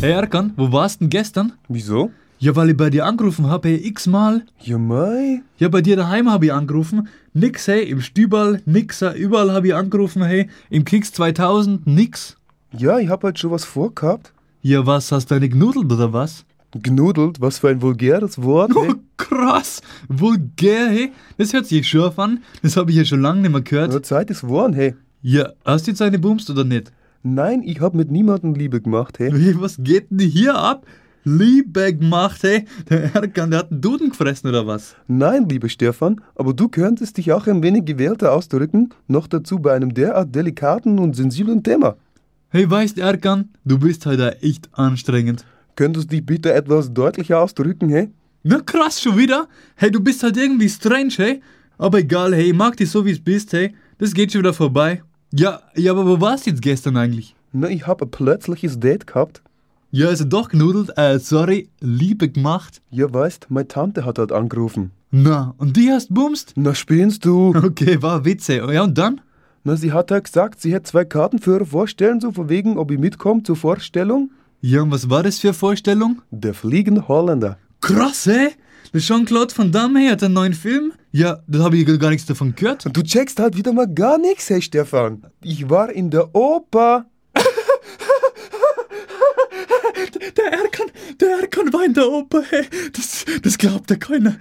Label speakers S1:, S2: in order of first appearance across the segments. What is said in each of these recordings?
S1: Hey Erkan, wo warst denn gestern?
S2: Wieso?
S1: Ja, weil ich bei dir angerufen habe, hey, x-mal.
S2: Ja, mei.
S1: Ja, bei dir daheim habe ich angerufen. Nix, hey, im Stüberl, nix, hey, überall habe ich angerufen, hey, im Kicks 2000, nix.
S2: Ja, ich hab halt schon was vorgehabt.
S1: Ja, was, hast du eine genudelt oder was?
S2: Genudelt, was für ein vulgäres Wort.
S1: Oh,
S2: ey.
S1: krass, vulgär, hey, das hört sich scharf an, das habe ich ja schon lange nicht mehr gehört.
S2: Nur Zeit ist worden, hey.
S1: Ja, hast du jetzt eine boomst oder nicht?
S2: Nein, ich hab mit niemandem Liebe gemacht, hey.
S1: Hey, Was geht denn hier ab? Liebe gemacht, hey, der Erkan, der hat einen Duden gefressen oder was?
S2: Nein, lieber Stefan, aber du könntest dich auch ein wenig gewählter ausdrücken, noch dazu bei einem derart delikaten und sensiblen Thema.
S1: Hey, weißt Erkan, du bist heute echt anstrengend.
S2: Könntest dich bitte etwas deutlicher ausdrücken, hey?
S1: Na Ne, krass, schon wieder? Hey, du bist halt irgendwie strange, hey? Aber egal, hey, ich mag dich so, wie es bist, hey. Das geht schon wieder vorbei. Ja, ja, aber wo warst du jetzt gestern eigentlich?
S2: Na, ich hab ein plötzliches Date gehabt.
S1: Ja, also doch genudelt, äh, sorry, Liebe gemacht.
S2: Ja, weißt, meine Tante hat halt angerufen.
S1: Na, und die hast bumst?
S2: Na, spinnst du?
S1: Okay, war Witze. Ja, und dann?
S2: Na, sie hat halt gesagt, sie hätte zwei Karten für ihre Vorstellung, so von wegen, ob ich mitkomme zur Vorstellung.
S1: Ja, und was war das für eine Vorstellung?
S2: Der fliegende Holländer.
S1: Krass, hey? Der Jean-Claude Van Damme, hey, hat einen neuen Film? Ja, da habe ich gar nichts davon gehört.
S2: Du checkst halt wieder mal gar nichts, hey Stefan. Ich war in der Oper.
S1: Der Erkan, der Erkan war in der Oper, hey. Das, das glaubt ja keiner.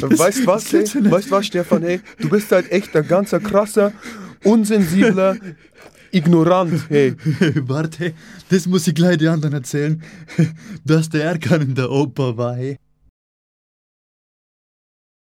S2: Weißt was, hey? Weißt was, Stefan, hey? Du bist halt echt ein ganzer krasser, unsensibler, ignorant, hey.
S1: Warte, das muss ich gleich den anderen erzählen, dass der Erkan in der Oper war, hey.